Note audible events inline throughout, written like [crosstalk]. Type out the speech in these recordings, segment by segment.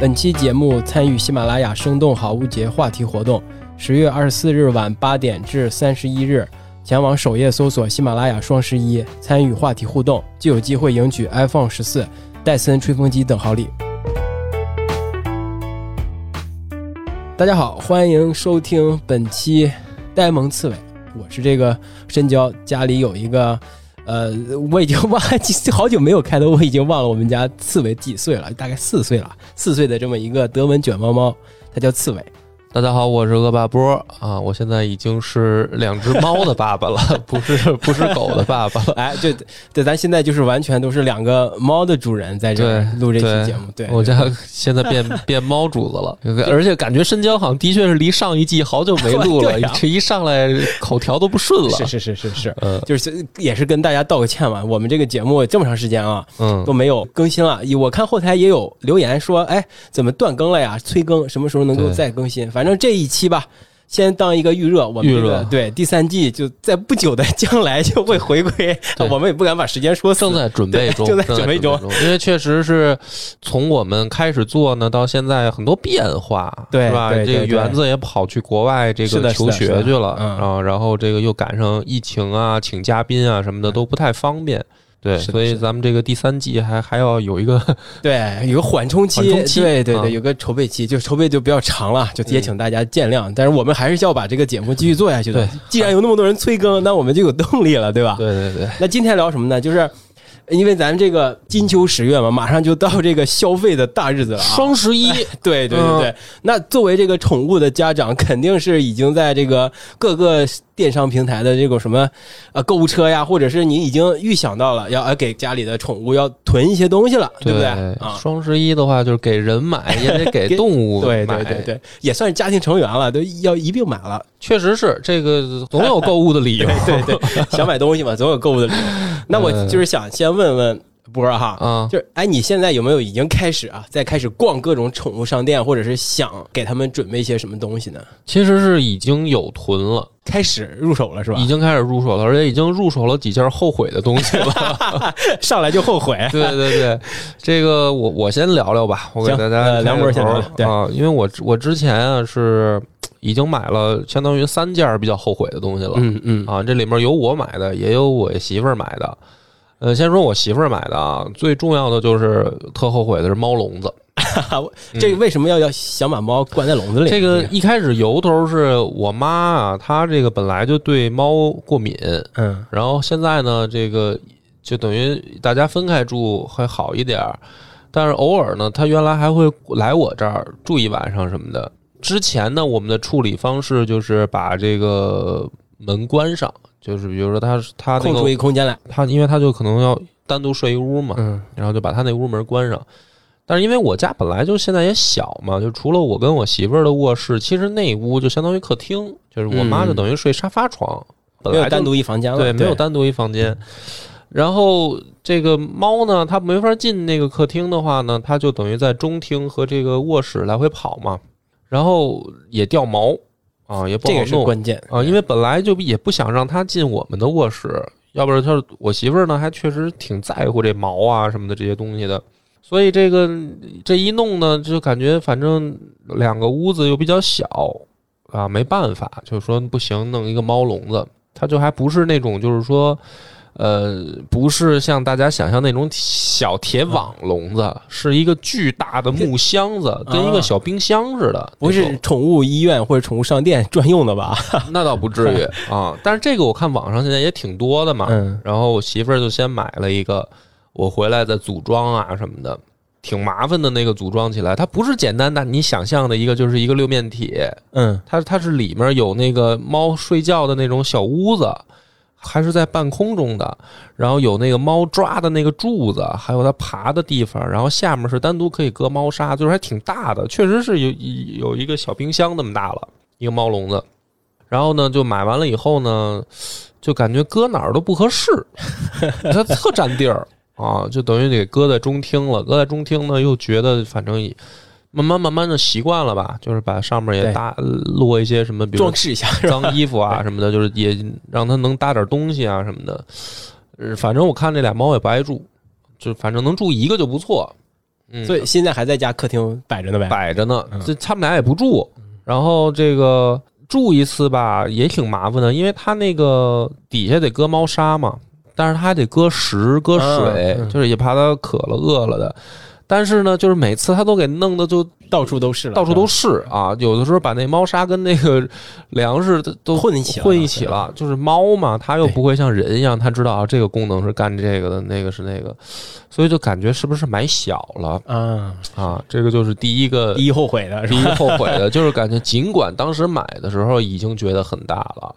本期节目参与喜马拉雅“生动好物节”话题活动，十月二十四日晚八点至三十一日，前往首页搜索喜马拉雅“双十一”，参与话题互动，就有机会赢取 iPhone 十四、戴森吹风机等好礼。大家好，欢迎收听本期《呆萌刺猬》，我是这个深交，家里有一个。呃，我已经忘，好久没有开头，我已经忘了我们家刺猬几岁了，大概四岁了，四岁的这么一个德文卷毛猫，它叫刺猬。大家好，我是恶霸波啊！我现在已经是两只猫的爸爸了， [laughs] 不是不是狗的爸爸了。哎，对对，咱现在就是完全都是两个猫的主人在这对录这对期节 [laughs] 目。对，我对 [laughs] 家现在变变猫主子了，而且感觉深交好像的确是离上一季好久没录了对呀，这一上来口条都不顺了。是是是是是，嗯就是也是跟大家道个歉嘛，我们这个节目这么长时间啊都嗯，没有更新了，我看后台也有留言说，哎，怎么断更了呀？催更，什么时候能够对再更新？反正这一期吧。先当一个预热，我们预这热个对第三季就在不久的将来就会回归，[laughs] 对我们也不敢把时间 [laughs] 说死。正在准备对中，正在正在准备中中，因为确实是从我们开始做呢到现在很多变化，对是吧？对对这个园子也跑去国外这是的个是求的学是的去了嗯啊，然后这个又赶上疫情啊，请嘉宾啊什么的都不太方便。对，是的所是以的咱们这个第三季还还要有一个对，有个缓冲期，缓冲期对对对，嗯有个筹备期，就筹备就比较长了，就也请大家见谅。但是我们还是要把这个节目继续做下去的。对，既然有那么多人催更，那我们就有动力了，对吧？对对对，那今天聊什么呢？就是因为咱这个金秋十月嘛，马上就到这个消费的大日子了、啊。 [laughs] 双嗯十一，对对对对，那作为这个宠物的家长，肯定是已经在这个各个电商平台的这种什么呃购物车呀，或者是你已经预想到了要呃给家里的宠物要囤一些东西了，对不对啊？双十一的话，就是给人买，也得 [laughs] 给给动物对买对对，对，也算是家庭成员了，都要一并买了。确实是这个总有购物的理由。 [laughs] 对 [laughs] 对对，想买东西嘛，总有购物的理由。那我嗯就是想先问问波儿哈，啊， [laughs] 就是哎，你现在有没有已经开始啊，在开始逛各种宠物商店，或者是想给他们准备一些什么东西呢？其实是已经有囤了，开始入手了是吧已？经开始入手了，而且已经入手了几件后悔的东 [laughs] 西了。 [laughs] 上来就后 [laughs] 悔。对对对，这个我我先聊聊吧，我给行大呃家梁开博个先头聊聊对啊，因为我我之前啊是已经买了相当于三件比较后悔的东西了，嗯嗯， [laughs] 啊，这里面有我买的，也有我媳妇儿买的。呃，先说我媳妇儿买的啊，最重要的就是特后悔的是猫笼子。这个为什么要要想把猫关在笼子里？嗯这个，一开始由头是我妈啊，她这个本来就对猫过敏，嗯然后现在呢，这个就等于大家分开住会好一点儿，但是偶尔呢，她原来还会来我这儿住一晚上什么的。之前呢，我们的处理方式就是把这个门关上，就是比如说她她那空个出一空间来。他因为他就可能要单独睡一屋嘛，嗯然后就把他那屋门关上。但是因为我家本来就现在也小嘛，就除了我跟我媳妇儿的卧室，其实那屋就相当于客厅，就是我妈就等于睡沙发床，本没嗯有来就单独一房间了，对没有单独一房间。然后这个猫呢，它没法进那个客厅的话呢，它就等于在中厅和这个卧室来回跑嘛，然后也掉毛啊，也不这好弄。个是关键啊，因为本来就也不想让它进我们的卧室，要不然就是我媳妇儿呢，还确实挺在乎这毛啊什么的这些东西的，所以这个这一弄呢，就感觉反正两个屋子又比较小啊，没办法，就说不行，弄一个猫笼子，它就还不是那种就是说。呃，不是像大家想象那种小铁网笼子，是一个巨大的木箱子，跟一啊个小冰箱似的，不那种是宠物医院或者宠物商店专用的吧？那倒不至于啊，但是这个我看网上现在也挺多的嘛。嗯然后我媳妇儿就先买了一个，我回来再组装啊什么的，挺麻烦的那个组装起来，它不是简单的你想象的一个就是一个六面体，嗯，它它是里面有那个猫睡觉的那种小屋子，还是在半空中的，然后有那个猫抓的那个柱子，还有它爬的地方，然后下面是单独可以搁猫砂，就是还挺大的，确实是有有有一个小冰箱那么大了，一个猫笼子。然后呢，就买完了以后呢，就感觉搁哪儿都不合适， [laughs] 它特占地儿啊，就等于得搁在中厅了。搁在中厅呢，又觉得反正也慢慢慢慢的习惯了吧，就是把上面也对搭落一些什么，比如装饰一下是吧？脏衣服啊什么的，就是也让它能搭点东西啊什么的。呃，反正我看这俩猫也不爱住，就反正能住一个就不错。嗯，所以现在还在家客厅摆着呢呗。摆着呢嗯。这他们俩也不住，然后这个住一次吧也挺麻烦的，因为他那个底下得搁猫砂嘛，但是他还得搁食搁水，嗯嗯就是也怕他渴了饿了的。但是呢，就是每次他都给弄得就到处都是了，到处都是是啊，有的时候把那猫砂跟那个粮食都都吧混一起，混一起。了，就是猫嘛，它又对不会像人一样，它知道啊这个功能是干这个的，那个是那个，所以就感觉是不是买小了啊，啊？这个就是第一个第一后悔的是第一吧？个后悔的，就是感觉尽管当时买的时候已经觉得很大了，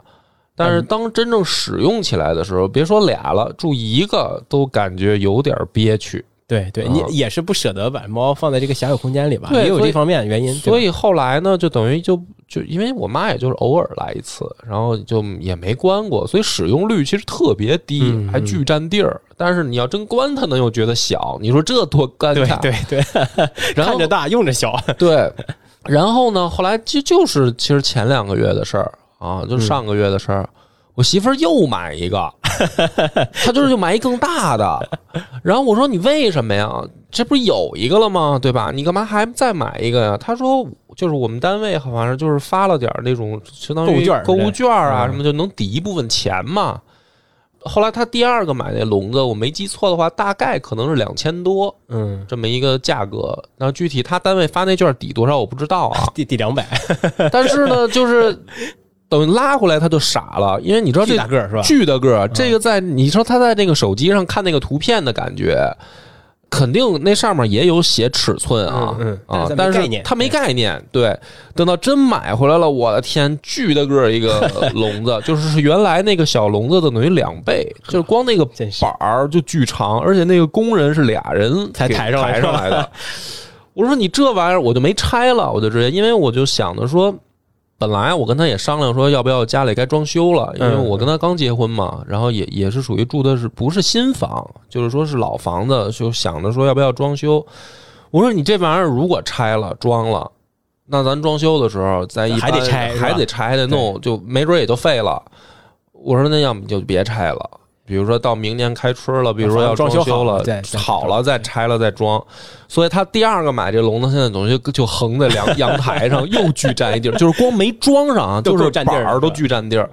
但是当真正使用起来的时候，别说俩了，住一个都感觉有点憋屈。对对，嗯你也是不舍得把猫放在这个狭小空间里吧？对也有所这以方面原因。所以后来呢，就等于就就因为我妈也就是偶尔来一次，然后就也没关过，所以使用率其实特别低嗯，还巨占地儿。但是你要真关它呢，又觉得小，啊你说这多尴对吧尬。对对 [laughs] 对，然后看着大，用着小。 [laughs] 对，然后呢，后来就就是其实前两个月的事儿啊，嗯就是上个月的事儿。我媳妇儿又买一个，她就是就买一更大的，然后我说你为什么呀？这不是有一个了吗？对吧？你干嘛还再买一个呀？她说就是我们单位好像就是发了点儿那种相当于购物券儿购物券儿啊嗯什么，就能抵一部分钱嘛。后来她第二个买那笼子，我没记错的话，大概可能是两千多，嗯，这么一个价格。然后具体他单位发那券抵多少我不知道 [laughs] 啊， [laughs] 第第两百，但是呢，就是等于拉回来他就傻了，因为你知道巨这大个儿是吧？嗯巨的个儿，啊这个在你说他在那个手机上看那个图片的感觉。肯定那上面也有写尺寸啊，嗯嗯啊，但但是他没是概念他没概念。对，等到真买回来了，我的天，巨的个儿 [laughs] 一个笼子，就是原来那个小笼子的等于两倍，就是光那个真是板儿就巨长，而且那个工人是俩人才给抬抬上来是吧上来的。我说你这玩意儿我就没拆了，我就直接，因为我就想着说，本来我跟他也商量说要不要家里该装修了，因为嗯我跟他刚结婚嘛，然后也也是属于住的是不是新房，就是说是老房子，就想着说要不要装修。我说你这玩意儿如果拆了装了，那咱装修的时候再一还搬得拆是吧还得拆，还得弄，就没准也就废了。我说那要么就别拆了，比如说到明年开春了，比如说要装修修好了了再再，好了再拆了再装。所以他第二个买这笼子，现在等于就就横在阳 [laughs] 阳台上，又巨占一地儿，就是光没装上啊，就就够是占板地儿的儿都巨占地儿。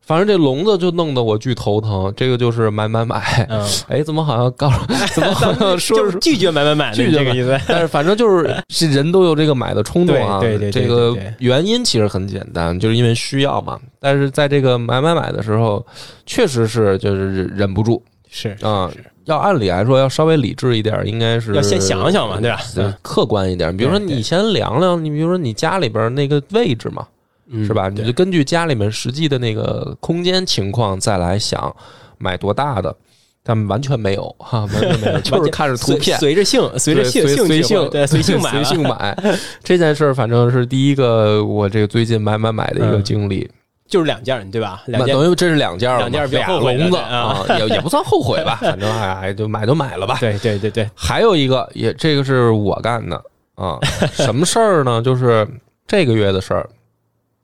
反正这笼子就弄得我巨头疼，这个就是买买买。嗯，哎，怎么好像 [laughs] 刚怎么好像说就是 [laughs] 是拒绝买买买的拒绝这个意思。但是反正就是是人都有这个买的冲动啊。对对对对这个对对原因其实很简单，就是因为需要嘛。但是在这个买买买的时候，确实是就是忍不住是啊是。要按理来说，要稍微理智一点，应该是要先想想嘛，对吧？呃客观一点。比如说，对对你先量量，你比如说你家里边那个位置嘛，嗯是吧？你对就根据家里面实际的那个空间情况再来想买多大的，但完全没有哈，完 [laughs] 全没有，就是看着图随片。随着性，随着对性，随兴趣随嘛性对，随性买 [laughs] 随了，性买 [laughs] 这件事儿，反正是第一个我这个最近买买买的一个嗯经历，就是两件儿，对吧？两那件儿等于这是两件儿了嘛，两件儿比较俩后悔的笼子对啊啊，也也不算后悔吧，反正哎哎就买就买了吧，对对对对，还有一个也，这个是我干的啊， [laughs] 什么事儿呢？就是这个月的事儿，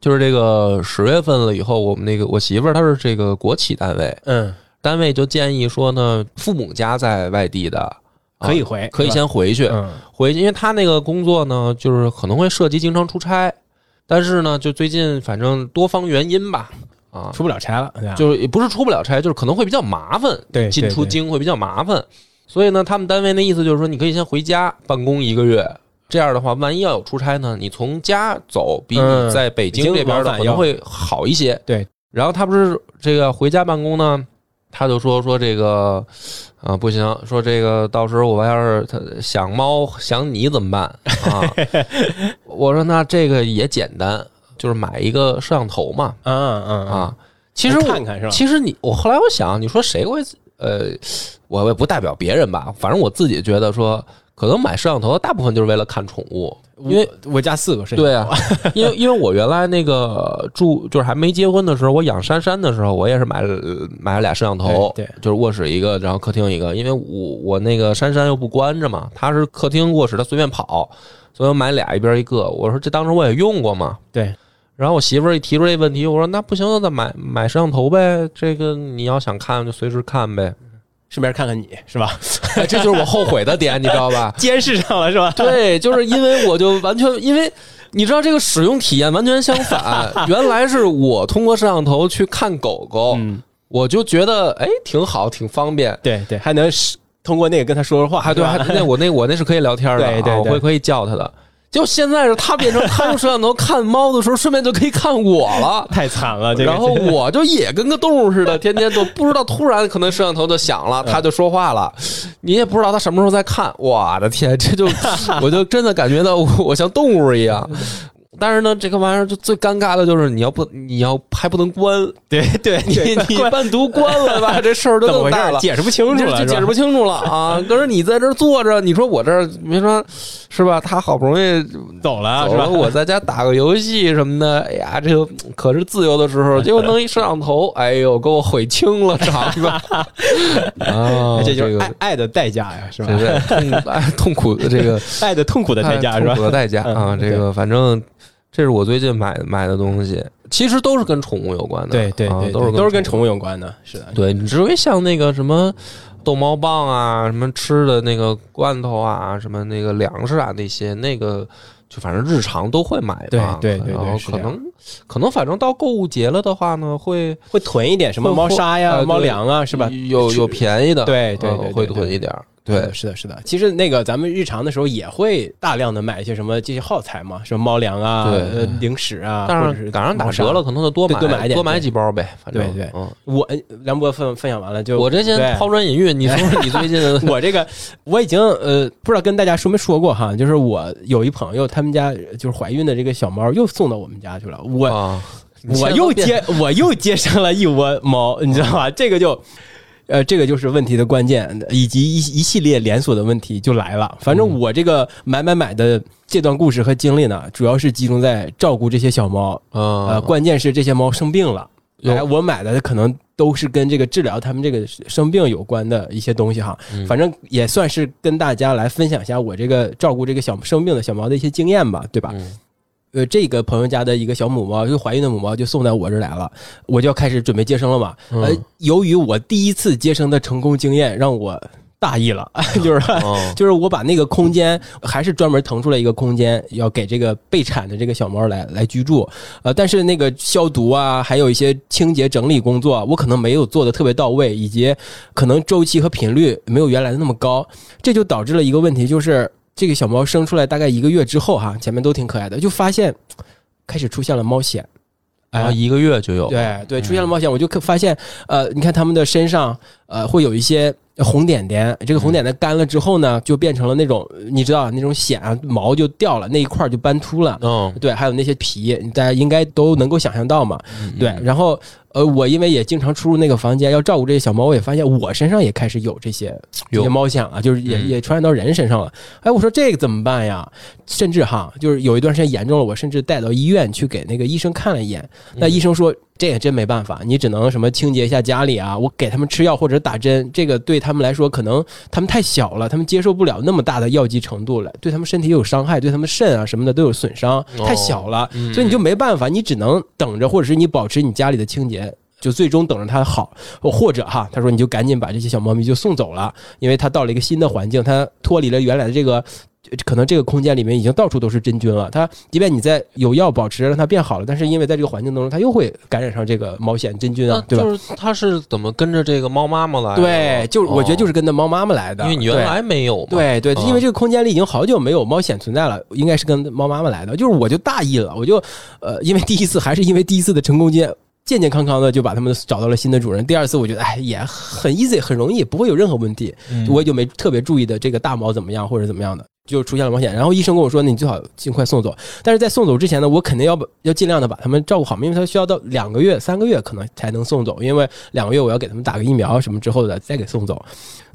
就是这个十月份了以后，我们那个我媳妇儿她是这个国企单位，嗯，单位就建议说呢，父母家在外地的啊可以回，可以是吧先回去，嗯回去，因为她那个工作呢，就是可能会涉及经常出差，但是呢，就最近反正多方原因吧，啊，出不了差了，对吧？就是也不是出不了差，就是可能会比较麻烦，对进出，京会比较麻烦。所以呢，他们单位那意思就是说，你可以先回家办公一个月。这样的话，万一要有出差呢，你从家走比嗯你在北京北京这边往的返可要能会好一些。对。然后他不是这个回家办公呢，他就说说这个，啊、不行，说这个到时候我要是他想猫想你怎么办 [laughs] 啊？我说那这个也简单，就是买一个摄像头嘛嗯嗯嗯，啊。其实我看看是吧？其实你，我后来我想，你说谁会呃，我也不代表别人吧，反正我自己觉得说，可能买摄像头大部分就是为了看宠物，因为。我我家四个是，对啊， [laughs] 因为因为我原来那个住就是还没结婚的时候，我养珊珊的时候，我也是买了买了俩摄像头，对对就是卧室一个，然后客厅一个。因为我我那个珊珊又不关着嘛，她是客厅卧室，她随便跑，所以我买俩一边一个。我说这当时我也用过嘛，对，然后我媳妇儿一提出这问题，我说那不行，那再买买摄像头呗。这个你要想看就随时看呗。顺便看看你是吧？？哎，这就是我后悔的点，你知道吧监视上了是吧？ [laughs] 对，就是因为我就完全因为。你知道这个使用体验完全相 [laughs] 反，原来是我通过摄像头去看狗狗，嗯，我就觉得哎挺好，挺方便。对对，还能是通过那个跟他说说话，啊，对，是吧还那我那我那是可以聊天的啊，对对对我会可以叫他的。就现在是他变成他用摄像头看猫的时候，顺便就可以看我了。太惨了，啊这个然后我就也跟个动物似的，天天都不知道，突然可能摄像头就响了，嗯他就说话了，你也不知道他什么时候在看。我的天，[laughs] 这就我就真的感觉到我像动物一样。但是呢，这个玩意儿就最尴尬的就是你要不你要还不能关， [laughs] 对对你你关单独关了 [laughs] 吧，这事儿都怎么更回大事？了。解释不清楚这了，这是吧解释不清楚了啊！可是你在这儿坐着，你说我这儿没说是吧？他好不容易走了啊走是吧？了，我在家打个游戏什么的，哎呀，这个可是自由的 [laughs] 时候，结果弄一摄像头，哎呦，给我毁清了肠 [laughs] 子啊！哎这就是个爱爱的代价呀，是吧这？个痛 [laughs] 哎痛苦的这个爱的痛苦的代价哎是痛吧苦？的代价嗯啊！这个反正这是我最近买买的东西，其实都是跟宠物有关的， [laughs] 对对啊对，都是都是跟跟宠物有关的，是的，对，你至于像那个什么逗猫棒啊，什么吃的那个罐头啊，什么那个粮食啊那些，那个就反正日常都会买嘛。对对对对然后是可这样能可能反正到购物节了的话呢，会会囤一点什么会猫砂会呀、呃猫对粮啊，是吧？有有便宜的，对对呃对对会对嗯囤一点儿。对是的，是的。其实那个咱们日常的时候也会大量的买一些什么这些耗材嘛，什么猫粮啊、对呃零食啊，或但者是赶上打折猫了，砂。可能就多对买多买一点多买对几包呗，反正对对嗯，我呃梁博分分享完了就我对这先抛砖引玉，你说说你最近我这个我已经呃不知道跟大家说没说过哈，就是我有一朋友他们家就是怀孕的这个小猫又送到我们家去了， [laughs] 我、啊，你现我在又都变接我又接上了一窝猫，你知道吧？这个就。呃，这个就是问题的关键，以及一一系列连锁的问题就来了。反正嗯我这个买买买的这段故事和经历呢，主要是集中在照顾这些小猫。呃，嗯关键是这些猫生病了，有哎，我买的可能都是跟这个治疗它们这个生病有关的一些东西哈。嗯反正也算是跟大家来分享一下我这个照顾这个小生病的小猫的一些经验吧，对吧？嗯呃，这个朋友家的一个小母猫，就怀孕的母猫就送到我这儿来了，我就要开始准备接生了嘛。呃嗯，由于我第一次接生的成功经验，让我大意了， [laughs] 就是说嗯就是我把那个空间还是专门腾出了一个空间，要给这个备产的这个小猫来来居住。呃，但是那个消毒啊，还有一些清洁整理工作，我可能没有做的特别到位，以及可能周期和频率没有原来的那么高，这就导致了一个问题，就是这个小猫生出来大概一个月之后哈，前面都挺可爱的，就发现开始出现了猫癣。然后啊一个月就 [laughs] 有，对对，出现了冒险，我就可发现，呃，你看它们的身上，呃，会有一些红点点。这个红嗯点点干了之后呢，就变成了那种，你知道那种癣啊，毛就掉了，那一块儿就斑秃了。嗯，对，还有那些皮，大家应该都能够想象到嘛。嗯对，然后呃，我因为也经常出入那个房间，要照顾这些小猫，我也发现我身上也开始有这些这有些猫癣啊，就是也嗯也传染到人身上了。哎，我说这个怎么办呀？甚至哈，就是有一段时间严重了，我甚至带到医院去给那个医生看了一眼，嗯那医生说这也真没办法，你只能什么清洁一下家里啊，我给他们吃药或者打针，这个对他们来说可能他们太小了，他们接受不了那么大的药剂程度了，对他们身体也有伤害，对他们肾啊什么的都有损伤，太小了，嗯所以你就没办法，你只能等着，或者是你保持你家里的清洁，就最终等着它好，或者哈，他说你就赶紧把这些小猫咪就送走了，因为它到了一个新的环境，它脱离了原来的这个。可能这个空间里面已经到处都是真菌了，它即便你在有药保持让它变好了，但是因为在这个环境当中，它又会感染上这个毛癣真菌那啊，对吧？就是它是怎么跟着这个猫妈妈来的？、对，就是我觉得就是是跟那猫妈妈来的，因为你对原来没有嘛。，对对，啊因为这个空间里已经好久没有猫癣存在了，应该是跟猫妈妈来的。就是我就大意了，我就呃，因为第一次还是因为第一次的成功经验，健健康康的就把它们找到了新的主人。第二次我觉得哎也很 easy 很容易，不会有任何问题，嗯我也就没特别注意的这个大猫怎么样或者怎么样的。就出现了猫癣，然后医生跟我说：“你最好尽快送走。”但是在送走之前呢，我肯定要把要尽量的把它们照顾好，因为它需要到两个月、三个月可能才能送走，因为两个月我要给它们打个疫苗什么之后的再给送走。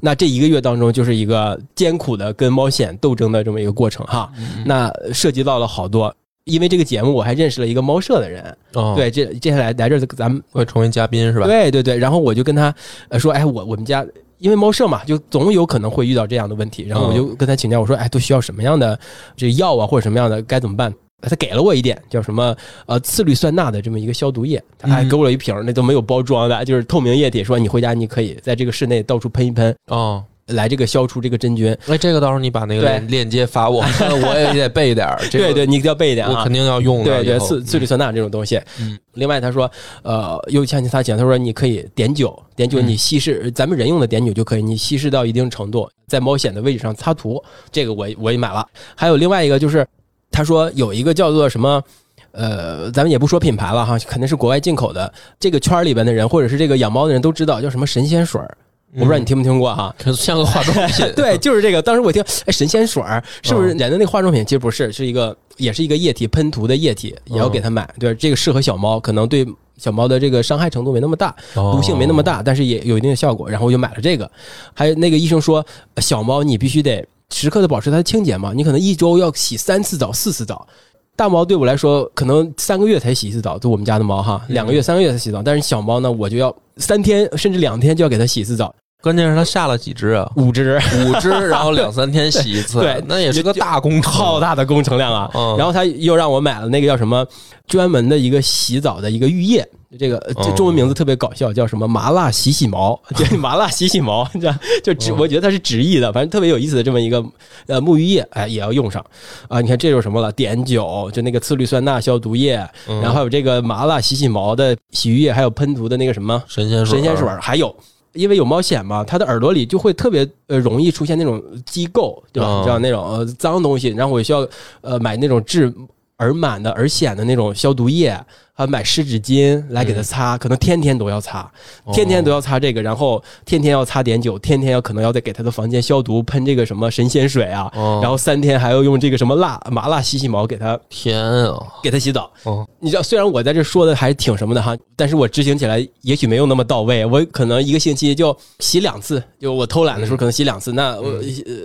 那这一个月当中，就是一个艰苦的跟猫险斗争的这么一个过程哈。那涉及到了好多，因为这个节目我还认识了一个猫舍的人，哦、对，这接下来来这儿咱们会成为嘉宾是吧？对对对，然后我就跟他呃说，哎，我我们家因为猫舍嘛，就总有可能会遇到这样的问题，然后我就跟他请教，我说，哎，都需要什么样的这药啊，或者什么样的该怎么办？他给了我一点叫什么呃次氯酸钠的这么一个消毒液，他还嗯给我了一瓶儿，那都没有包装的，就是透明液体，说你回家你可以在这个室内到处喷一喷，哦，来这个消除这个真菌。那这个到时候你把那个对链链接 [laughs] 发我，我也得备点儿。这个对对，你一定要备一点我啊肯。定要用的对以对，后。次次氯酸钠这种东西。嗯，另外他说，呃，又向他讲，他说你可以碘酒，碘酒嗯你稀释，咱们人用的碘酒就可以，你稀释到一定程度，在保险的位置上擦涂，这个我我也买了。还有另外一个就是，他说有一个叫做什么。呃，咱们也不说品牌了哈，肯定是国外进口的。这个圈儿里边的人，或者是这个养猫的人都知道，叫什么神仙水儿，我不嗯知道你听没听过哈。。你像个化妆品 [laughs] 对，就是这个。当时我一听，哎，神仙水儿是不是人家那个化妆品？其实不是，是一个也是一个液体喷涂的液体，也要给它买。对，这个适合小猫，可能对小猫的这个伤害程度没那么大，哦毒性没那么。大，但是也有一定的效果。然后我就买了这个。还有那个医生说，呃小猫你必须得时刻的保持它的清洁嘛，你可能一周要洗三次澡、四次澡。大猫对我来说，可能三个月才洗一次澡，就我们家的猫哈，嗯两个月、三个月才洗澡。但是小猫呢，我就要三天甚至两天就要给它洗一次澡，关键是它下了几只啊？五只。[laughs] 五只，然后两三天洗一次，对对那也是个大工程。好大的工程量啊！嗯然后他又让我买了那个叫什么专门的一个洗澡的一个浴液，这个这嗯中文名字特别搞笑，叫什么麻辣洗洗 [laughs] 毛，就麻辣洗洗毛，这样就直嗯我觉得它是直译的，反正特别有意思的这么一个呃沐浴液，哎也要用上啊！你看这有什么了？碘酒，就那个次氯酸钠消毒液，嗯，然后还有这个麻辣洗洗毛的洗浴液，还有喷涂的那个什么神仙水，神仙水，儿，还有。因为有猫藓嘛，它的耳朵里就会特别呃容易出现那种机构，对吧？嗯你知道那种呃脏东西，然后我需要呃买那种治耳螨的耳藓的那种消毒液，还有买湿纸巾来嗯给它擦，可能天天都要擦，天天都要。要擦这个，然后天天要擦碘酒，天天要可能要再给它的房间消毒，喷这个什么神仙水啊，哦然后三天还要用这个什么蜡麻蜡洗洗毛给它天啊，给它洗澡。哦你知道，虽然我在这说的还挺什么的哈，但是我执行起来也许没有那么到位。我可能一个星期就洗两次，就我偷懒的时候可能洗两次，那我、呃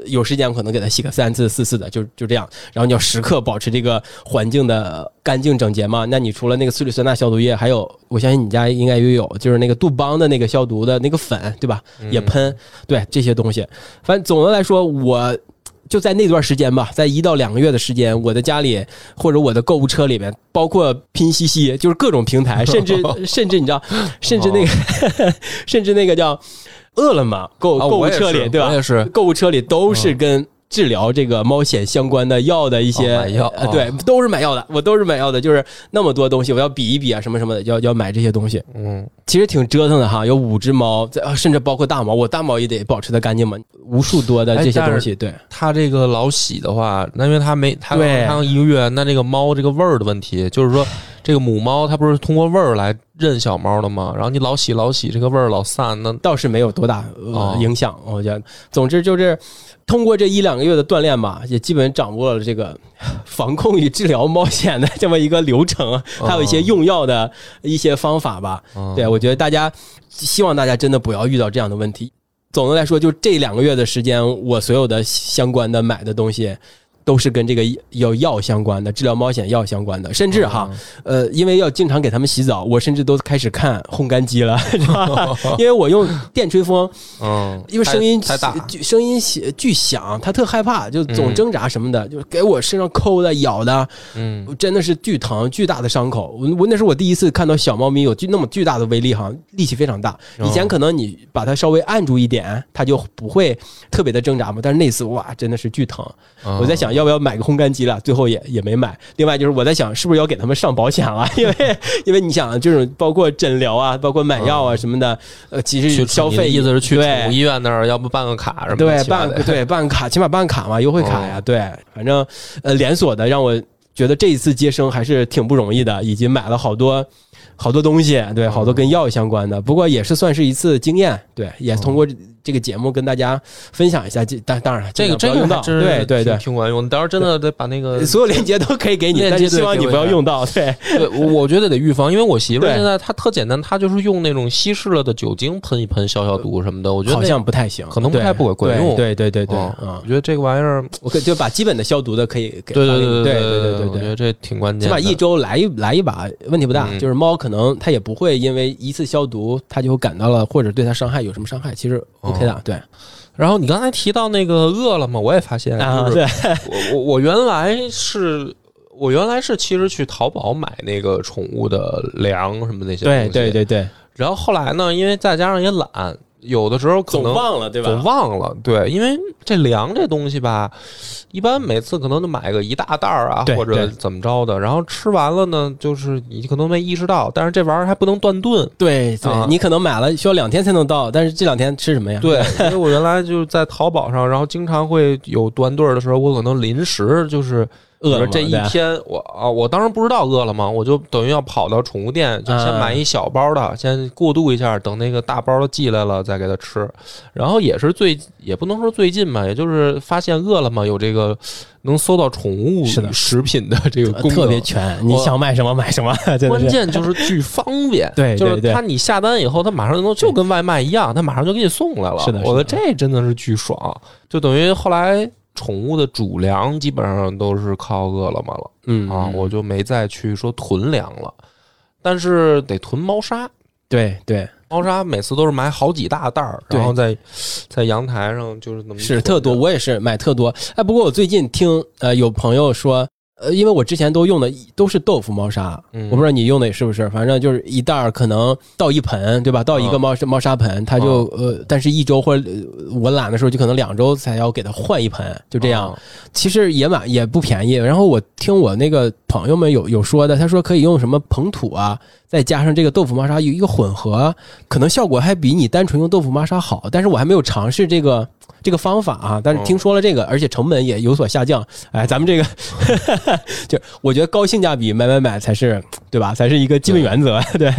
有时间我可能给它洗个三次、四次的，就就这样。然后你要时刻保持这个环境的干净整洁嘛。那你除了那个次氯酸钠消毒液，还有我相信你家应该也有，就是那个杜邦的那个消毒的那个粉，对吧？也嗯喷，对这些东西。反正总的来说，我就在那段时间吧，在一到两个月的时间，我的家里或者我的购物车里面，包括拼夕夕，就是各种平台，甚至 [laughs] 甚至你知道，甚至那个， [laughs] 甚至那个叫饿了么购啊购物哦我也车是里，对吧我？也嗯是，购物车里都是跟治疗这个猫藓相关的药的一些、哦买药呃哦对，都是买药的，我都是买药的，就是那么多东西，我要比一比啊，什么什么的，要要买这些东西。嗯，其实挺折腾的哈，有五只猫，在啊甚至包括大猫，我大猫也得保持的干净嘛，无数多的这些东西，对，它这个老洗的话，那因为它没它对它一个月，那这个猫这个味儿的问题，就是说这个母猫它不是通过味儿来认小猫的吗？然后你老洗老洗，这个味儿老散，那倒是没有多大、呃哦影响，我觉得。总之就是通过这一两个月的锻炼吧，也基本掌握了这个防控与治疗猫藓的这么一个流程，啊还有一些用药的一些方法吧。嗯对，我觉得大家希望大家真的不要遇到这样的问题。总的来说，就这两个月的时间，我所有的相关的买的东西。都是跟这个有药相关的，治疗猫藓药相关的，甚至哈，嗯呃，因为要经常给它们洗澡，我甚至都开始看烘干机了， [laughs] 是 [laughs] 吧？因为我用电吹风，嗯，因为声音呃太太大，巨声音巨巨响，它特害怕，就总嗯挣扎什么的，就是给我身上抠的、咬的，嗯，真的是巨疼，巨大的伤口。我我那是我第一次看到小猫咪有巨那么巨大的威力，哈，力气非常大。哦以前可能你把它稍微按住一点，它就不会特别的挣扎嘛。但是那次哇，真的是巨疼。哦嗯我在想要不要买个烘干机了，最后也也没买。另外就是我在想，是不是要给他们上保险了？ [laughs] 因为因为你想，这种包括诊疗啊，包括买药啊什么的，呃，其实哦去消费你的意思是去对宠物医院那儿，要不办个卡什么的，对起码办 [laughs] 得对办卡，起码办卡嘛，优惠卡呀，对，反正呃连锁的让我觉得这一次接生还是挺不容易的，以及买了好多好多东西，对，好多跟药相关的，不过也是算是一次经验，对，也通过这个节目跟大家分享一下，这当当然这个尽这量不要用到，个还真对是对挺对。挺管用。你到时候真的得把那个，所有链接都可以给你，链但接是希对望给你我不要一下用到。对，对我我觉得得预防，因为我媳妇儿对现在她特简单，她就是用那种稀释了的酒精喷一喷消消毒什么的。我觉得好那像不太行，可能不太对不管用对对对对对，哦嗯我，觉得这个玩意儿，我可就把基本的消毒的可以给对发给对你对对对对对我觉对得这挺关起键码的。一周来一来一把，问题不大。嗯就是猫可能它也不会因为一次消毒，它就感到了或者对它伤害有什么伤害，其实哦 OK 的。对然后你哎刚才提到那个饿了么，我也发现，啊，就是对，我我我原来是我原来是其实去淘宝买那个宠物的粮什么那些东对西，对。对对，然后后来呢，因为再加上也懒，有的时候可总能忘了对吧？总忘了，对，因为这粮这东西吧，一般每次可能就买个一大袋儿啊，对或者对怎么着的，然后吃完了呢，就是你可能没意识到，但是这玩意儿还不能断顿。对对，啊你可能买了需要两天才能到，但是这两天吃什么呀？对，因为我原来就是在淘宝上，然后经常会有断顿儿的时候，我可能临时就是，饿比如了嘛这一对吧天我啊，我当时不知道饿了吗？我就等于要跑到宠物店，就先啊买一小包的，先过渡一下，等那个大包的寄来了再给它吃。然后也是最，也不能说最近吧，也就是发现饿了么有这个能搜到宠物是的食品的这个功能，呃特别全，你我想买什么买什么，真关的是。，键就是巨方便哎对对就是对他你下单以后，他马上就能就跟外卖一样，他马上就给你送来了。是的是的我的这真的是巨爽，就等于后来宠物的主粮基本上都是靠饿了么了、嗯啊，我就没再去说囤粮了，但是得囤猫砂。对对猫砂每次都是买好几大袋儿，对然后在在阳台上就是那么是囤着特多，我也是买特多。哎，不过我最近听呃有朋友说，呃，因为我之前都用的都是豆腐猫砂，嗯我不知道你用的是不是，反正就是一袋儿可能倒一盆，对吧？倒一个嗯猫砂猫砂盆，它就呃，但是一周或者呃我懒的时候，就可能两周才要给它换一盆，就这样。啊其实也蛮也不便宜。然后我听我那个朋友们有有说的，他说可以用什么硼土啊，再加上这个豆腐猫砂有一个混合，可能效果还比你单纯用豆腐猫砂好。但是我还没有尝试这个这个方法啊，但是听说了这个，而且成本也有所下降。哎，咱们这个 [laughs] 就我觉得高性价比买买买才是对吧？才是一个基本原则。对，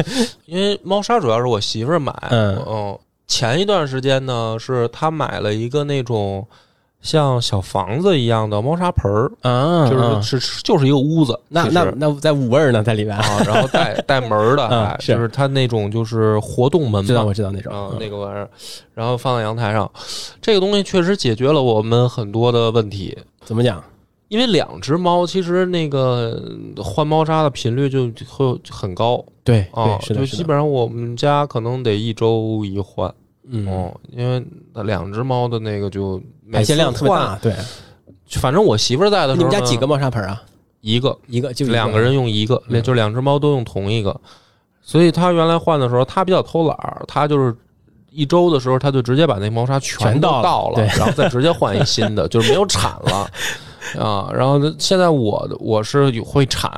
因为猫砂主要是我媳妇儿买，嗯前一段时间呢，是她买了一个那种像小房子一样的猫砂盆儿，啊就是是是就是一个屋子，那其实那 [laughs] 那在五味儿呢，在里边。啊，然 [laughs] 后带带门儿的，嗯还是就是它那种就是活动门知道嘛我。知道那种啊，嗯那个玩意儿，然后放在阳台上，这个东西确实解决了我们很多的问题。怎么讲？因为两只猫其实那个嗯换猫砂的频率就就会就很高对啊，对是就的，是基的，本上我们家可能得一周一换。嗯，哦，因为那两只猫的那个就每排次泄量特别大换。。对，反正我媳妇儿在的时你候呢，们家几个猫砂盆啊？一个，一个就一两个人用一个，嗯就两只猫都用同一个。所以她原来换的时候，她比较偷懒儿，她就是一周的时候，她就直接把那猫砂全全都倒了倒了，对然后再直接换一新的，就是没有铲 [laughs] 了。啊，然后呢现在我的我是有会铲，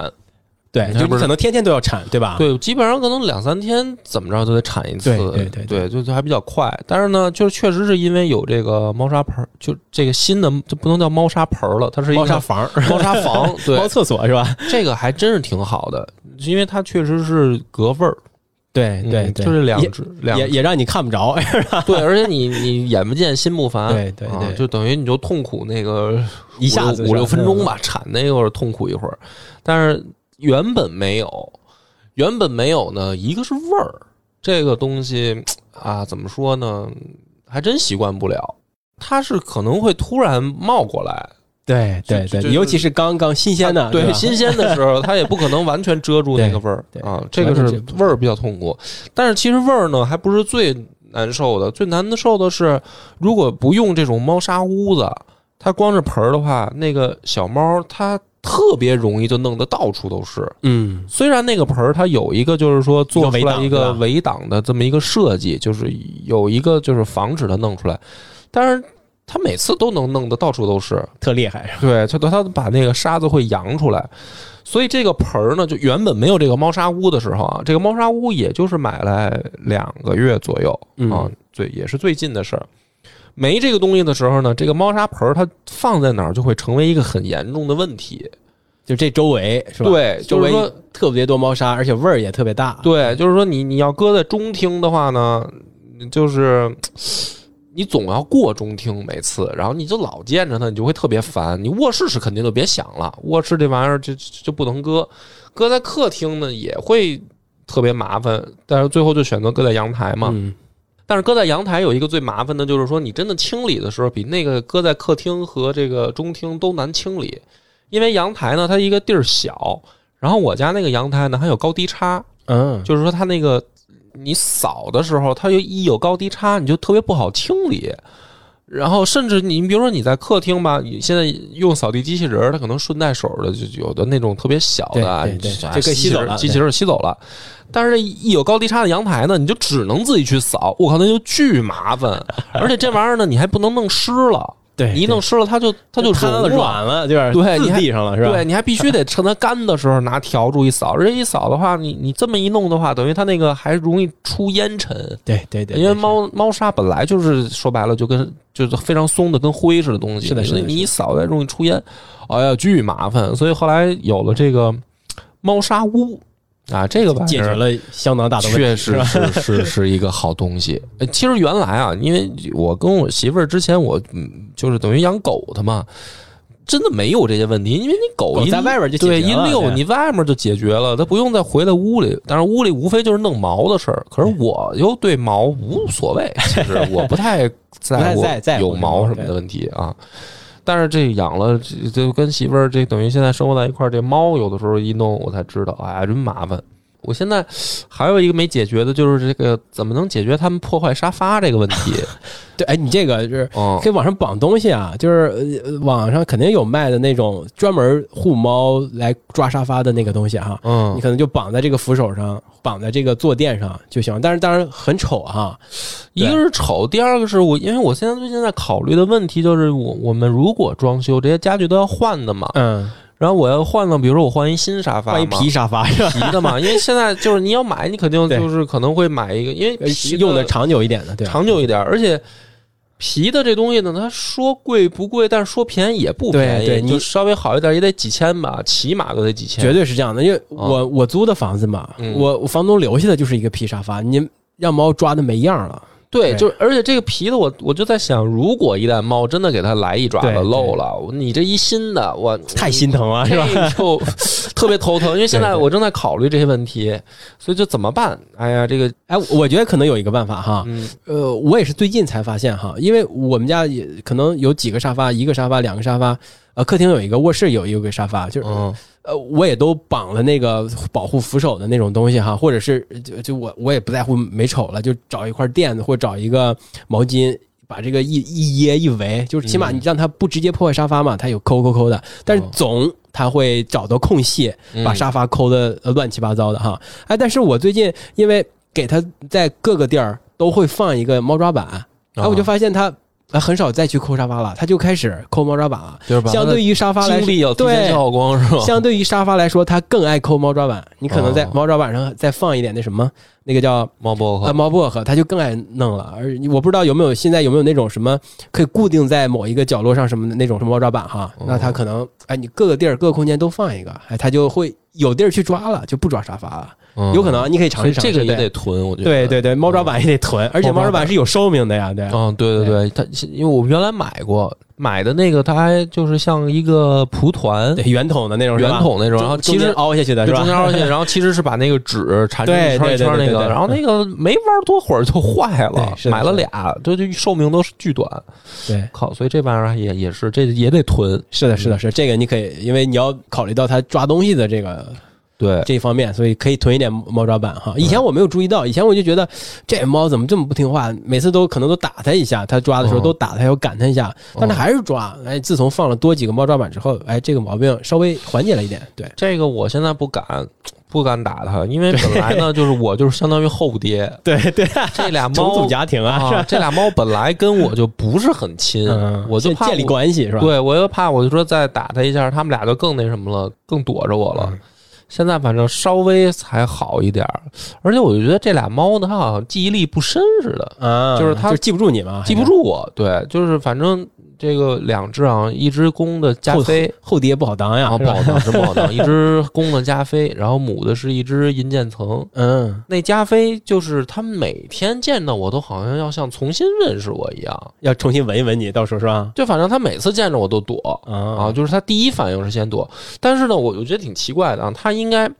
对，你就看是不是可能天天都要铲，对吧？对，基本上可能两三天怎么着都得铲一次，啊对对对对就就还比较快。但是呢，就是确实是因为有这个猫砂盆儿，就这个新的就不能叫猫砂盆儿了，它是一个猫砂房、猫砂 [laughs] 房，猫对，厕所是吧？这个还真是挺好的，因为它确实是隔味儿，对嗯对对，就是两也只两也也让你看不着。 [laughs] 对，而且你你眼不见心不烦，对对啊对就等于你就痛苦那个一下子嗯五六五六分钟吧，铲那一会儿痛苦一会儿，但是原本没有，原本没有呢，一个是味儿，这个东西啊，怎么说呢，还真习惯不了，它是可能会突然冒过来，对对就对就对，尤其是刚刚新鲜的，啊对吧新鲜的时候，它也不可能完全遮住那个味儿对对啊，这个完是全遮不住味儿比较痛苦。但是其实味儿呢，还不是最难受的，最难受的是如果不用这种猫砂屋子，它光是盆儿的话，那个小猫它特别容易就弄得到处都是。嗯，虽然那个盆儿它有一个就是说做出来一一个围个挡对吧围挡的这么一个设计，就是有一个就是防止它弄出来，但是它每次都能弄得到处都是。特厉害。对，它它把那个沙子会扬出来，所以这个盆儿呢，就原本没有这个猫砂屋的时候啊，这个猫砂屋也就是买来两个月左右嗯啊，最也是最近的事儿。没这个东西的时候呢，这个猫砂盆儿它放在哪儿就会成为一个很严重的问题。就这周围是吧？对，周就是围说，特别多猫砂，而且味儿也特别大。对，就是说你你要搁在中厅的话呢，就是你总要过中厅每次，然后你就老见着它，你就会特别烦。你卧室是肯定就别想了，卧室这玩意儿就就就不能搁，搁在客厅呢也会特别麻烦，但是最后就选择搁在阳台嘛。嗯，但是搁在阳台有一个最麻烦的就是说，你真的清理的时候，比那个搁在客厅和这个中厅都难清理，因为阳台呢它一个地儿小，然后我家那个阳台呢还有高低差，嗯，就是说它那个你扫的时候，它就一有高低差，你就特别不好清理。然后甚至你，比如说你在客厅吧，你现在用扫地机器人儿，它可能顺带手儿的，就有的那种特别小的啊，对你对对啊就可以吸走了机器人儿机器人儿吸走了。但是这一有高低差的阳台呢，你就只能自己去扫，我靠，那就巨麻烦。而且这玩意儿呢，你还不能弄湿了，对你一弄湿了，它就它就瘫了融软了，就是对你自还地上了是吧？对，你还必须得趁它干的时候拿笤帚一扫，这一扫的话，你你这么一弄的话，等于它那个还容易出烟尘，对对对，因为对猫猫砂本来就是说白了就跟就是非常松的，跟灰似的东西，是的是的你是的你一扫它容易出烟，哎呀，巨麻烦。所以后来有了这个猫砂屋啊，这个吧解决。了相当大的问题，确实是吧是是是一个好东西。呃其实原来啊，因为我跟我媳妇儿之前我嗯就是等于养狗的嘛，真的没有这些问题，因为你狗狗哦一在外边就解对决一了溜对你外面就解决了，它不用再回来屋里。但是屋里无非就是弄毛的事儿，可是我又对毛无所谓，其实 [laughs] 我不太在不乎太在乎有毛什么的问题啊。但是这养了，这这跟媳妇儿这等于现在生活在一块儿，这猫有的时候一弄，我才知道，哎呀，真麻烦。我现在还有一个没解决的，就是这个怎么能解决它们破坏沙发这个问 [laughs] 题？对，哎，你这个就是嗯，可以网上绑东西啊，就是呃网上肯定有卖的那种专门护猫来抓沙发的那个东西哈。嗯你，可能就绑在这个扶手上，绑在这个坐垫上就行，但是当然很丑啊啊哈、一个是丑，第二个是我，因为我现在最近在考虑的问题就是我，我们如果装修这些家具都要换的嘛，嗯，然后我要换了，比如说我换一新沙发嘛，换一皮沙发 [laughs] 是吧？皮 [laughs] 的嘛，因为现在就是你要买，你肯定对就是可能会买一个，因为皮呃用的长久一点的，对吧？长久一点，而且皮的这东西呢，它说贵不贵，但是说便宜也不便宜，对对你就稍微好一点也得几千吧，起码都得几千，绝对是这样的，因为我、我租的房子嘛，哦嗯我我房东留下的就是一个皮沙发，你让猫抓的没样了，对，对就而且这个皮的我，我就在想，如果一旦猫真的给它来一爪对子对漏了，你这一新的我太心疼了，啊是吧？这 [laughs] 就特别头疼，因为现在对对我正在考虑这些问题，所以就怎么办？哎呀，这个哎，我觉得可能有一个办法哈，嗯呃，我也是最近才发现哈，因为我们家也可能有几个沙发，一个沙发，两个沙发，呃，客厅有一个，卧室有一个沙发，就是、嗯呃，我也都绑了那个保护扶手的那种东西哈，或者是就就我我也不在乎美丑了，就找一块垫子或者找一个毛巾。把这个一一掖一围，就是起码嗯你让它不直接破坏沙发嘛，它有抠抠抠的，但是哦总它会找到空隙，嗯把沙发抠的乱七八糟的哈。哎，但是我最近因为给它在各个地儿都会放一个猫抓板，哦然哎后我就发现它呃很少再去抠沙发了，它就开始抠猫抓板了。就是把它相的对于沙发来精说，力要提前对消耗光是吧？相对于沙发来说，它更爱抠猫抓板。你可能在哦猫抓板上再放一点那什么，那个叫猫薄呃荷， [laughs] 猫薄荷，它就更爱弄了。而我不知道有没有现在有没有那种什么可以固定在某一个角落上什么的那种什么猫抓板哈哦，那它可能哎你各个地儿各个空间都放一个，哎它就会有地儿去抓了，就不抓沙发了。嗯有可能啊你可以尝所以试尝这试。个也对得囤，我觉得对对对，猫抓板也得囤，而且猫猫抓抓板板是有寿命的呀，对。嗯，对对对，它因为我们原来买过，买的那个它还就是像一个蒲团对，圆筒的那种是圆吧筒那种，中然后其中间实凹下去的就是吧？中间凹进 [laughs] 去，然后其实是把那个纸缠成对一圈一对对圈那对对个，对然后那个没玩多会儿就坏了对，是的买是了的俩，对对，寿命都是巨短，对，靠，所以这玩意儿也也是这也得囤，是的，是的，是的这个你可以，因为你要考虑到它抓东西的这个对，这一方面，所以可以囤一点猫抓板嗯哈。以前我没有注意到，以前我就觉得这猫怎么这么不听话，每次都可能都打它一下，它抓的时候嗯都打它，要赶它一下，哦但它还是抓。哎，自从放了多几个猫抓板之后，哎，这个毛病稍微缓解了一点。对，这个我现在不敢。不敢打它，因为本来呢，就是我就是相当于后 [laughs] 爹，对对，这俩重猫组家庭啊，是啊，吧？这俩猫本来跟我就不是很亲，嗯，我就建怕建立我关系是吧？对，我又怕，我就说再打他一下，他们俩就更那什么了，更躲着我了。嗯现在反正稍微才好一点儿，而且我就觉得这俩猫呢，它好像记忆力不深似的，啊，就是它就记不住你嘛，哎记不住我。对，就是反正这个两只啊，一只公的加后菲，后爹不好当呀然后，是哦不吧好当，真不好当，一只公的加菲，然后母的是一只银渐层。嗯，那加菲就是它每天见到我都好像要像重新认识我一样，要重新闻一闻你，到时候是吧？就反正它每次见着我都躲，啊，啊，就是他第一反应是先躲，但是呢，我我觉得挺奇怪的啊，他应该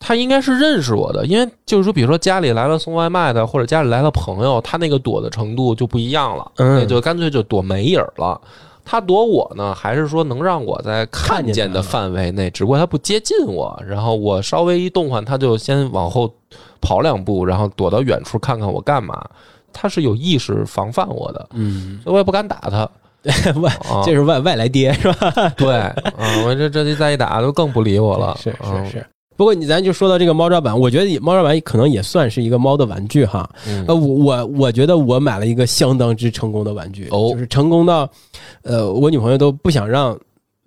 他应该是认识我的，因为就是说，比如说家里来了送外卖的，或者家里来了朋友，他那个躲的程度就不一样了，嗯那就干脆就躲没影儿了。他躲我呢，还是说能让我在看看见见他的了范围内？只不过他不接近我，然后我稍微一动换，他就先往后跑两步，然后躲到远处看看我干嘛。它是有意识防范我的，嗯，所以我也不敢打 [laughs] 它。外啊、这是外外来爹是吧？对，啊，我这这一再一打就更不理我了。是是嗯是。啊不过你咱就说到这个猫抓板，我觉得也猫抓板可能也算是一个猫的玩具哈。嗯呃，我我我觉得我买了一个相当之成功的玩具，哦就是成功到，呃，我女朋友都不想让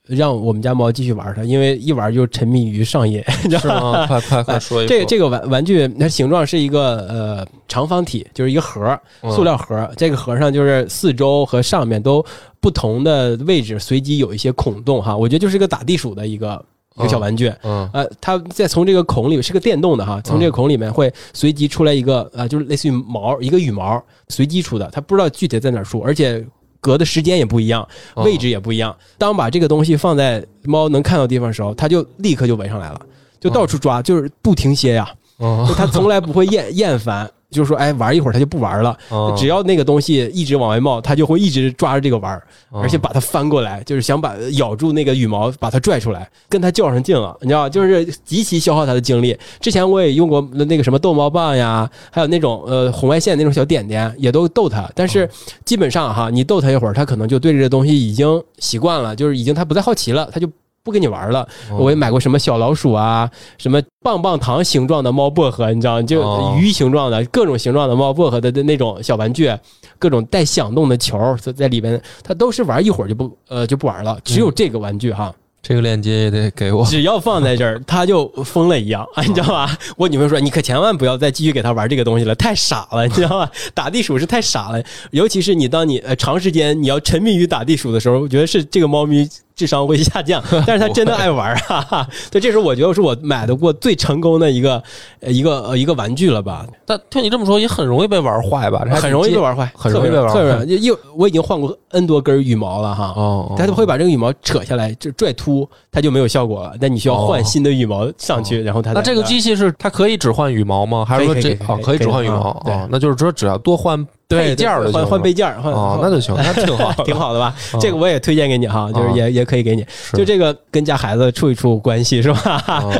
让我们家猫继续玩它，因为一玩就沉迷于上瘾，你知是道吗？吗？快快快说呃一这说个这个玩玩具，它形状是一个呃长方体，就是一个盒儿，嗯塑料盒儿。这个盒儿上就是四周和上面都不同的位置随机有一些孔洞哈，我觉得就是个打地鼠的一个一个小玩具。嗯呃，它再从这个孔里是个电动的哈，从这个孔里面会随机出来一个呃，就是类似于毛一个羽毛，随机出的，它不知道具体在哪儿出，而且隔的时间也不一样，嗯位置也不一样。当把这个东西放在猫能看到的地方的时候，它就立刻就围上来了，就到处抓，就是不停歇呀，嗯就它从来不会厌 [laughs] 厌烦。就是说，哎，玩一会儿它就不玩了。嗯，只要那个东西一直往外冒，它就会一直抓着这个玩儿。嗯而且把它翻过来，就是想把咬住那个羽毛，把它拽出来，跟它较上劲了，你知道，就是极其消耗它的精力。之前我也用过那个什么逗猫棒呀，还有那种呃红外线那种小点点，也都逗它。但是基本上哈，你逗它一会儿，它可能就对这个东西已经习惯了，就是已经它不再好奇了，它就。不跟你玩了，嗯我也买过什么小老鼠啊，什么棒棒糖形状的猫薄荷，你知道，就哦鱼形状的各种形状的猫薄荷的的那种小玩具，各种带响动的球儿在在里边，它都是玩一会儿就不呃就不玩了，只有这个玩具哈，这个链接也得给 [laughs] 我。只要放在这儿，它就疯了一样，哦啊、你知道吧？我女朋友说，你可千万不要再继续给它玩这个东西了，太傻 [laughs] 了，你知道吧？打地鼠是太傻了，尤其是你当你呃长时间你要沉迷于打地鼠的时候，我觉得是这个猫咪。智商会下 [laughs] 降，但是它真的爱玩啊！哈哈对，这是我觉得是我买的过最成功的一个呃一个呃一个玩具了吧，但听你这么说，也很容易被玩坏吧？这还很容易被挺玩坏，很容易被玩坏特别容易特别容易又我已经换过 N 多根羽毛了哈，哦，哦它会把这个羽毛扯下来，就拽秃，它就没有效果了。但你需要换新的羽毛上去，然后它那这个机器是它可以只换羽毛吗？还是说可以可这以可以啊可以以只换羽毛可以啊？那就是说只要多换配件儿就的行换了换配件儿换，哦，那就行，那挺好 [laughs] 挺。好的吧 [laughs] 嗯？这个我也推荐给你哈，就是也也可以给你，是就这个跟家孩子处一处关系是吧？哦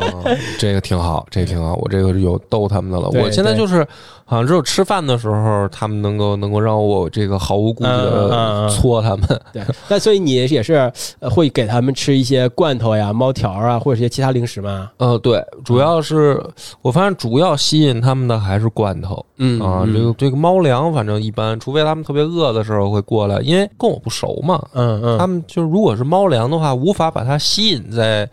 这个挺好，这个挺好，我这个是有逗他们的了。对我现在就是好像只有吃饭的时候，他们能够能够让我这个毫无顾虑嗯嗯的嗯搓他们。 [laughs] 对，那所以你也是呃会给他们吃一些罐头呀、猫条啊，或者一些其他零食吗？呃，对，主要是我发现主要吸引他们的还是罐头嗯啊，这个这个猫粮，反正一般，除非他们特别饿的时候会过来，因为跟我不熟嘛。嗯他嗯，们就是如果是猫粮的话，无法把它吸 [laughs] 引在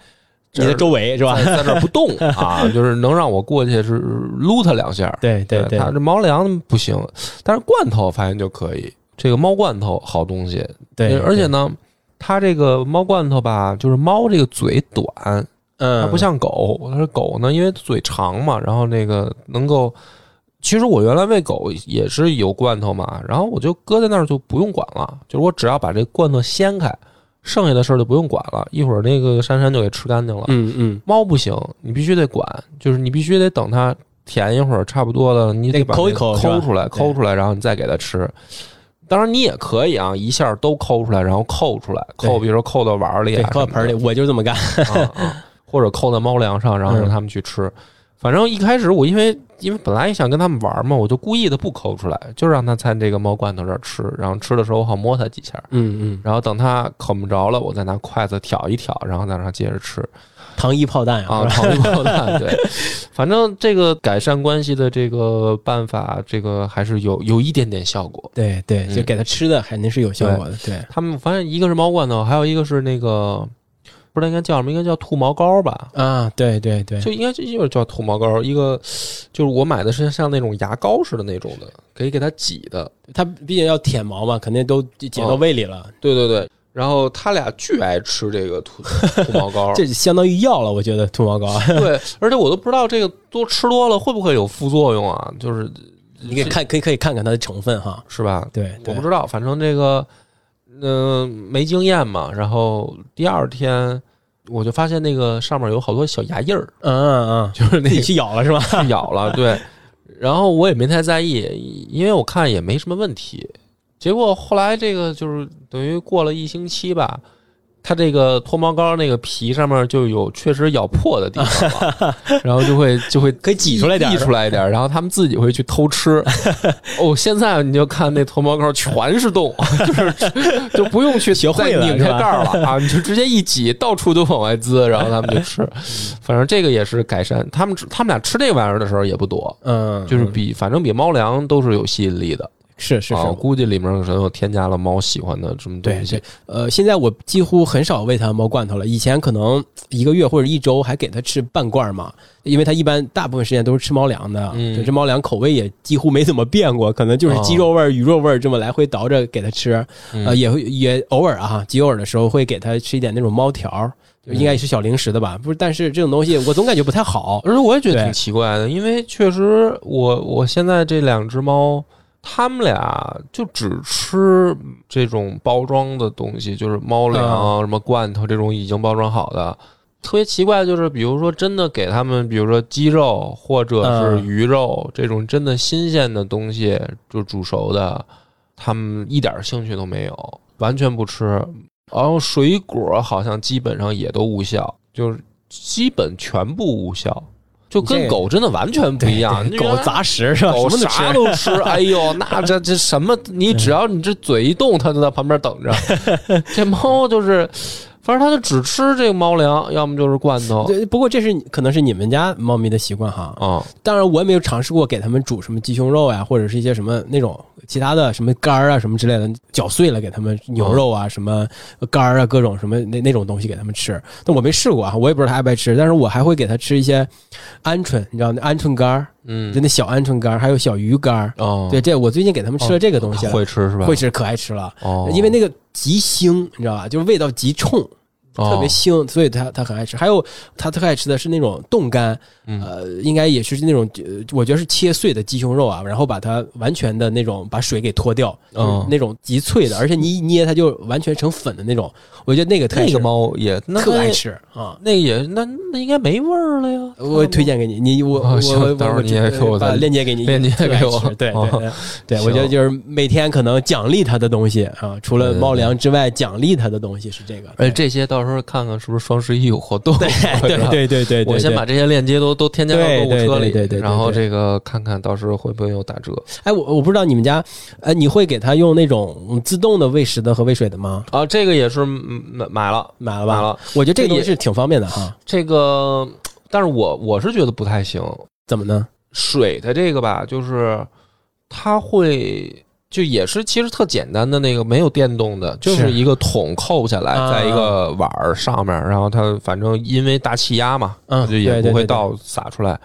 这你儿的周围是吧？在在这儿不动啊，就是能让我过去是撸它两下儿。对对对它，这猫粮不行，但是罐头发现就可以。这个猫罐头好东西，对，而且呢，它这个猫罐头吧，就是猫这个嘴短，它嗯，不像狗，它是狗呢，因为嘴长嘛，然后那个能够。其实我原来喂狗也是有罐头嘛，然后我就搁在那儿就不用管了，就是我只要把这罐头掀开，剩下的事儿就不用管了，一会儿那个珊珊就给吃干净了。嗯嗯，猫不行，你必须得管，就是你必须得等它舔一会儿，差不多了，你得得把抠一那抠是吧抠出来，抠出来，然后你再给它吃。当然，你也可以啊，一下都抠出来，然后扣出来，对扣，比如说扣到碗儿里对啊，，放盆儿里，我就这么干。啊，啊或者扣在猫粮上，然后让他们去吃。反正一开始我因为因为本来想跟他们玩嘛，我就故意的不抠出来，就让它在这个猫罐头这儿吃，然后吃的时候我好摸它几下，嗯嗯，然后等它啃不着了，我再拿筷子挑一挑，然后再让它接着吃。糖衣炮弹哎呀，啊，是吧糖衣炮弹，对，反正这个改善关系的这个办法，这个还是有有一点点效果。对对，嗯就给它吃的肯定是有效果的，对。他们反正一个是猫罐头，还有一个是那个不知道应该叫什么，应该叫兔毛膏吧，啊，对对对，就应该就就是叫兔毛膏。一个就是我买的是像那种牙膏似的那种的，可以给它挤的。它毕竟要舔毛嘛，肯定都解到哦胃里了，对对对，然后他俩巨爱吃这个兔兔毛 [laughs] 膏。这相当于药了，我觉得兔毛膏，对，而且我都不知道这个多吃多了会不会有副作用啊？就是 [laughs] 你可以看，可以可以看看它的成分哈。是吧？对，我对不知道，反正这个，嗯、没经验嘛。然后第二天我就发现那个上面有好多小牙印儿，嗯嗯嗯，就是自那己个去咬了是吧？去咬了，对。然后我也没太在意，因为我看也没什么问题。结果后来这个就是等于过了一星期吧，它这个脱毛膏那个皮上面就有确实咬破的地方 [laughs] 了，然后就会就会可以挤出来点儿溢出来一点儿，然后他们自己会去偷吃。 [laughs] 哦，现在你就看那脱毛膏全是洞，就是就不用去学会再了拧是开吧盖儿了啊，你就直接一挤，到处都往外滋，然后他们就吃。嗯反正这个也是改善，他们他们俩吃这玩意儿的时候也不多，嗯，就是比反正比猫粮都是有吸引力的。是是是，啊，我估计里面可能有添加了猫喜欢的什么对东西。呃，现在我几乎很少喂它猫罐头了，以前可能一个月或者一周还给它吃半罐儿嘛，因为它一般大部分时间都是吃猫粮的，嗯哦就这猫粮口味也几乎没怎么变过，可能就是鸡肉味儿、鱼肉味儿这么来回倒着给它吃，嗯呃，也会也偶尔啊，极偶尔的时候会给它吃一点那种猫条儿，嗯就应该也是小零食的吧，不是？但是这种东西我总感觉不太好，而且我也觉得对挺奇怪的，因为确实我我现在这两只猫，它们俩就只吃这种包装的东西，就是猫粮、嗯什么罐头这种已经包装好的。特别奇怪的就是，比如说真的给它们，比如说鸡肉或者是嗯鱼肉、这种真的新鲜的东西，就煮熟的，它们一点兴趣都没有，完全不吃。然后水果好像基本上也都无效，就是基本全部无效，就你跟这狗真的完全不一样。对你原狗来杂食是吧？狗什么都啥吃。[laughs] 都吃，哎呦，那这这什么？你只要你这嘴一动，它就在旁 [laughs] 边等着。这猫就是，反正它就只吃这个猫粮，要么就是罐头。对，不过这是可能是你们家猫咪的习惯哈，啊，当然，我也没有尝试过给他们煮什么鸡胸肉呀、或者是一些什么那种其他的什么肝儿啊什么之类的，搅碎了给他们牛肉啊、什么肝儿啊各种什么那那种东西给他们吃。但我没试过啊，我也不知道它爱不爱吃。但是我还会给它吃一些鹌鹑，你知道那鹌鹑肝儿，嗯就，那小鹌鹑肝儿，还有小鱼干儿。哦，对，这我最近给他们吃了这个东西了，啊会吃是吧？会吃可爱吃了，哦，因为那个极腥，你知道吧？就是味道极冲。特别哦腥，所以它它很爱吃。还有它特爱吃的是那种冻干，嗯呃，应该也是那种，呃我觉得是切碎的鸡胸肉啊，然后把它完全的那种把水给脱掉，就是嗯那种极脆的，而且你一捏它就完全成粉的那种。我觉得那个特爱那吃个猫也那特爱，吃啊。那个也那那应该没味儿了呀。我推荐给你，你我哦我行我待会儿我你也给我把再链接给你， [laughs] 链接特别爱给我吃对对对哦对，我觉得行就是每天可能奖励它的东西啊，除了对对猫粮之外，奖励它的东西是这个。而且哎这些到时候看看是不是双十一有活动。 [laughs] 对对对对对对，对我先把这些链接都都添加到购对物车对对里，对对对然后这个看看到时候会不会有打折哎，我我不知道你们家，呃，你会给它用那种自动的喂食的和喂水的吗？啊？这个也是嗯买买了买了吧？买了，我觉得这这个个东西也是挺方便的哈。这个，但是我我是觉得不太行。怎么呢？水的这个吧，就是它会就也是其实特简单的那个，没有电动的，就是是一个桶扣下来，啊在一个碗儿上面，然后它反正因为大气压嘛，嗯就啊也对对不会对对倒洒出来。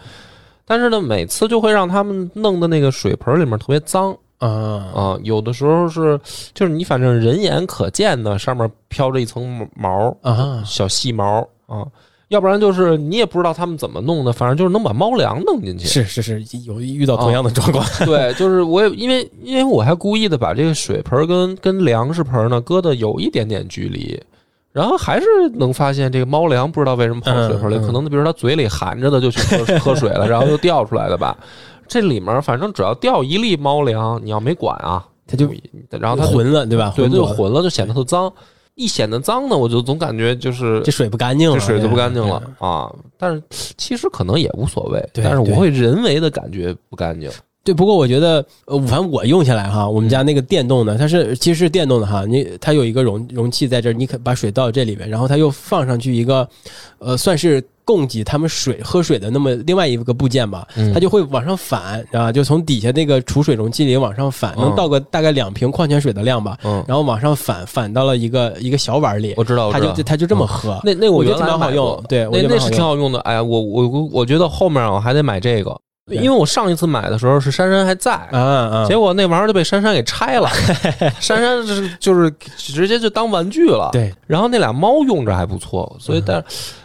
但是呢，每次就会让他们弄的那个水盆里面特别脏，啊，啊、有的时候是就是你反正人眼可见的，上面飘着一层毛啊小细毛啊、要不然就是你也不知道他们怎么弄的，反正就是能把猫粮弄进去。是是是，有遇到同样的状况。 [laughs] 对，就是我也因为因为我还故意的把这个水盆儿跟跟粮食盆儿呢搁的有一点点距离。然后还是能发现这个猫粮不知道为什么跑水盆儿里，嗯嗯可能比如它嘴里含着的就去喝喝 [laughs] 水了，然后又掉出来的吧。这里面反正只要掉一粒猫粮，你要没管啊，它就然后它就浑了，对吧？对，它就浊了，混了，就显得特脏。一显得脏呢，我就总感觉就是这水不干净了，这水就不干净对了。啊。但是其实可能也无所谓，对但是对我会人为的感觉不干净。对，不过我觉得，呃，反正我用下来哈，我们家那个电动的，它嗯是其实是电动的哈，你它有一个容容器在这儿，你可把水倒这里面，然后它又放上去一个，呃，算是供给他们水喝水的那么另外一个部件吧，嗯它就会往上反，知道吧？就从底下那个储水容器里往上反，能嗯倒个大概两瓶矿泉水的量吧，嗯，然后往上反，反到了一个一个小碗里，我知道，我它知道嗯就。它就这么喝。那那我觉原得来蛮好买用过，对，我那觉得蛮那好是用挺好用的。哎呀，我我我我觉得后面啊我还得买这个，对因为我上一次买的时候是珊珊还在。啊啊！结果那玩意儿就被珊珊给拆 [laughs] 了，珊珊就是就是直接就当玩具了。对，嗯然后那俩猫用着还不错，所以但、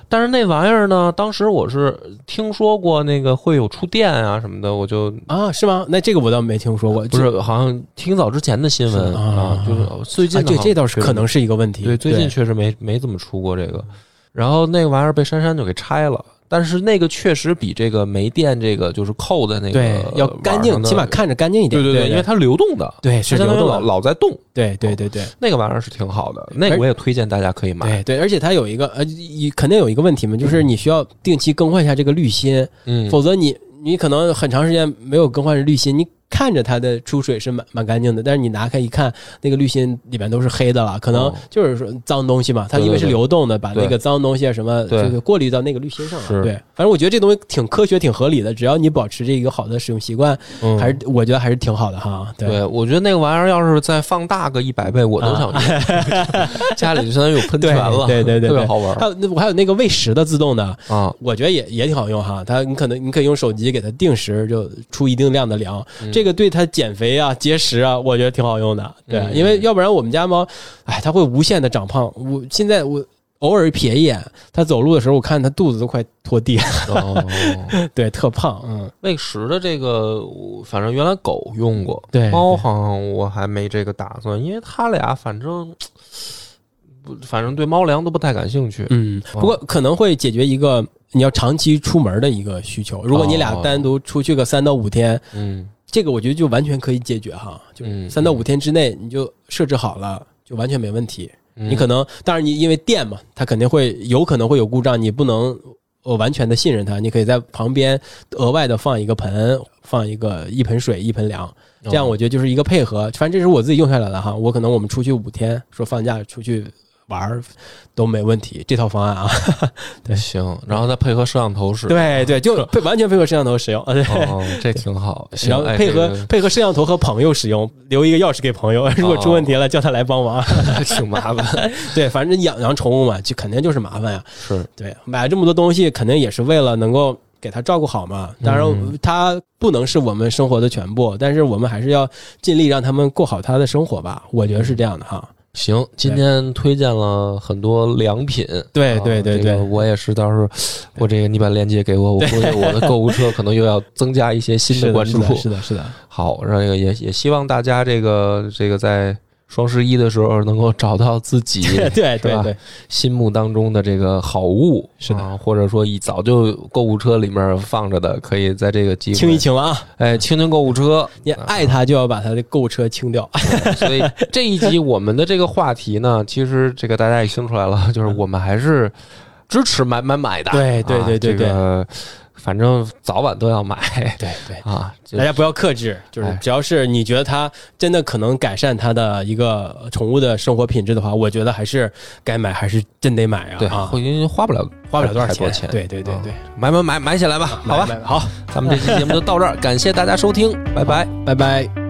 但是那玩意儿呢，当时我是听说过那个会有触电啊什么的，我就啊，是吗？那这个我倒没听说过，不是好像挺早之前的新是闻吗啊啊，就是最近啊，的对，好像这倒是可能是一个问题。对最近确实没没怎么出过这个，然后那个玩意儿被珊珊就给拆了，但是那个确实比这个煤电这个就是扣在那个对，要干网上净，的起码看着干净一点。对对对，因为它流动的，对是它相当于流动的老老在动，对对对对那个玩意儿是挺好的，那个而我也推荐大家可以买。对对，而且它有一个呃，一肯定有一个问题嘛，就是你需要定期更换一下这个滤芯，嗯，否则你你可能很长时间没有更换滤芯，你看着它的出水是蛮蛮干净的，但是你拿开一看，那个滤芯里边都是黑的了，可能哦就是说脏东西嘛，它对对因为是对流动的，把对那个脏东西啊什么对这个过滤到那个滤芯上是了。对，反正我觉得这东西挺科学、挺合理的，只要你保持这一个好的使用习惯，嗯还是我觉得还是挺好的哈。对，对，我觉得那个玩意儿要是再放大个一百倍，我都想用。 [laughs] 家里就相当于有喷泉了，啊对对对对对特别好玩还有那我还有那个喂食的自动的，啊。我觉得也也挺好用哈，它你可能你可以用手机给它定时，就出一定量的粮，嗯这个对它减肥啊、节食啊，我觉得挺好用的。对，啊嗯因为要不然我们家猫，哎，它会无限的长胖。我现在我偶尔瞥一眼，它走路的时候，我看它肚子都快拖地了， [laughs] 哦，对，特胖。嗯，喂食的这个，我反正原来狗用过，哎对猫好像我还没这个打算，因为它俩反正不，反正对猫粮都不太感兴趣。嗯，不过可能会解决一个你要长期出门的一个需求。如果你俩哦单独出去个三到五天，嗯这个我觉得就完全可以解决哈，就嗯三到五天之内你就设置好了，就完全没问题。嗯你可能，当然你因为电嘛，它肯定会有可能会有故障，你不能呃完全的信任它。你可以在旁边额外的放一个盆，放一个一盆水、一盆粮，哦这样我觉得就是一个配合。反正这是我自己用下来的哈，我可能我们出去五天，说放假出去玩儿都没问题，这套方案啊，对行，然后再配合摄像头 [laughs] 使，对对，就配完全配合摄像头使用啊，对。哦，这 [laughs] 挺好。 [laughs] 行然后哎配合、这个配合摄像头和朋友使用，留一个钥匙给朋友，如哦果出问题了、叫他来帮忙。啊 [laughs] 挺麻烦，对，反正养养宠物嘛，就肯定就是麻烦呀、 [laughs] 是对，买这么多东西，肯定也是为了能够给它照顾好嘛。当嗯然，它不能是我们生活的全部，但是我们还是要尽力让他们过好他的生活吧。我觉得是这样的哈。行，今天推荐了很多良品，对啊哎对对这个对我也是，到时候我这个你把链接给我，我 [laughs] 估计我的购物车可能又要增加一些新是关是注。的，是的，是的，好，然后这个也也希望大家这个这个在双十一的时候能够找到自己 [laughs] 对对是吧对对，心目当中的这个好物，是的啊或者说一早就购物车里面放着的，可以在这个机会清一，清啊！哎，清清购 [laughs] 物车，你爱它就要把它的购物车清掉。所以这一集我们的这个话题呢，其实这个大家也听出来 [laughs] 了，就是我们还是支持买买买的。对对啊对对这个反正早晚都要买对对。啊。就大家不要克制，就是哎只要是你觉得它真的可能改善它的一个宠物的生活品质的话，我觉得还是该买，还是真得买啊！对，啊，会花不了花不了多少太多钱钱。对对对对啊，买买买买起来吧，好吧。啊买，买好，咱们这期节目就到这儿，感谢大家收听，拜拜。拜拜。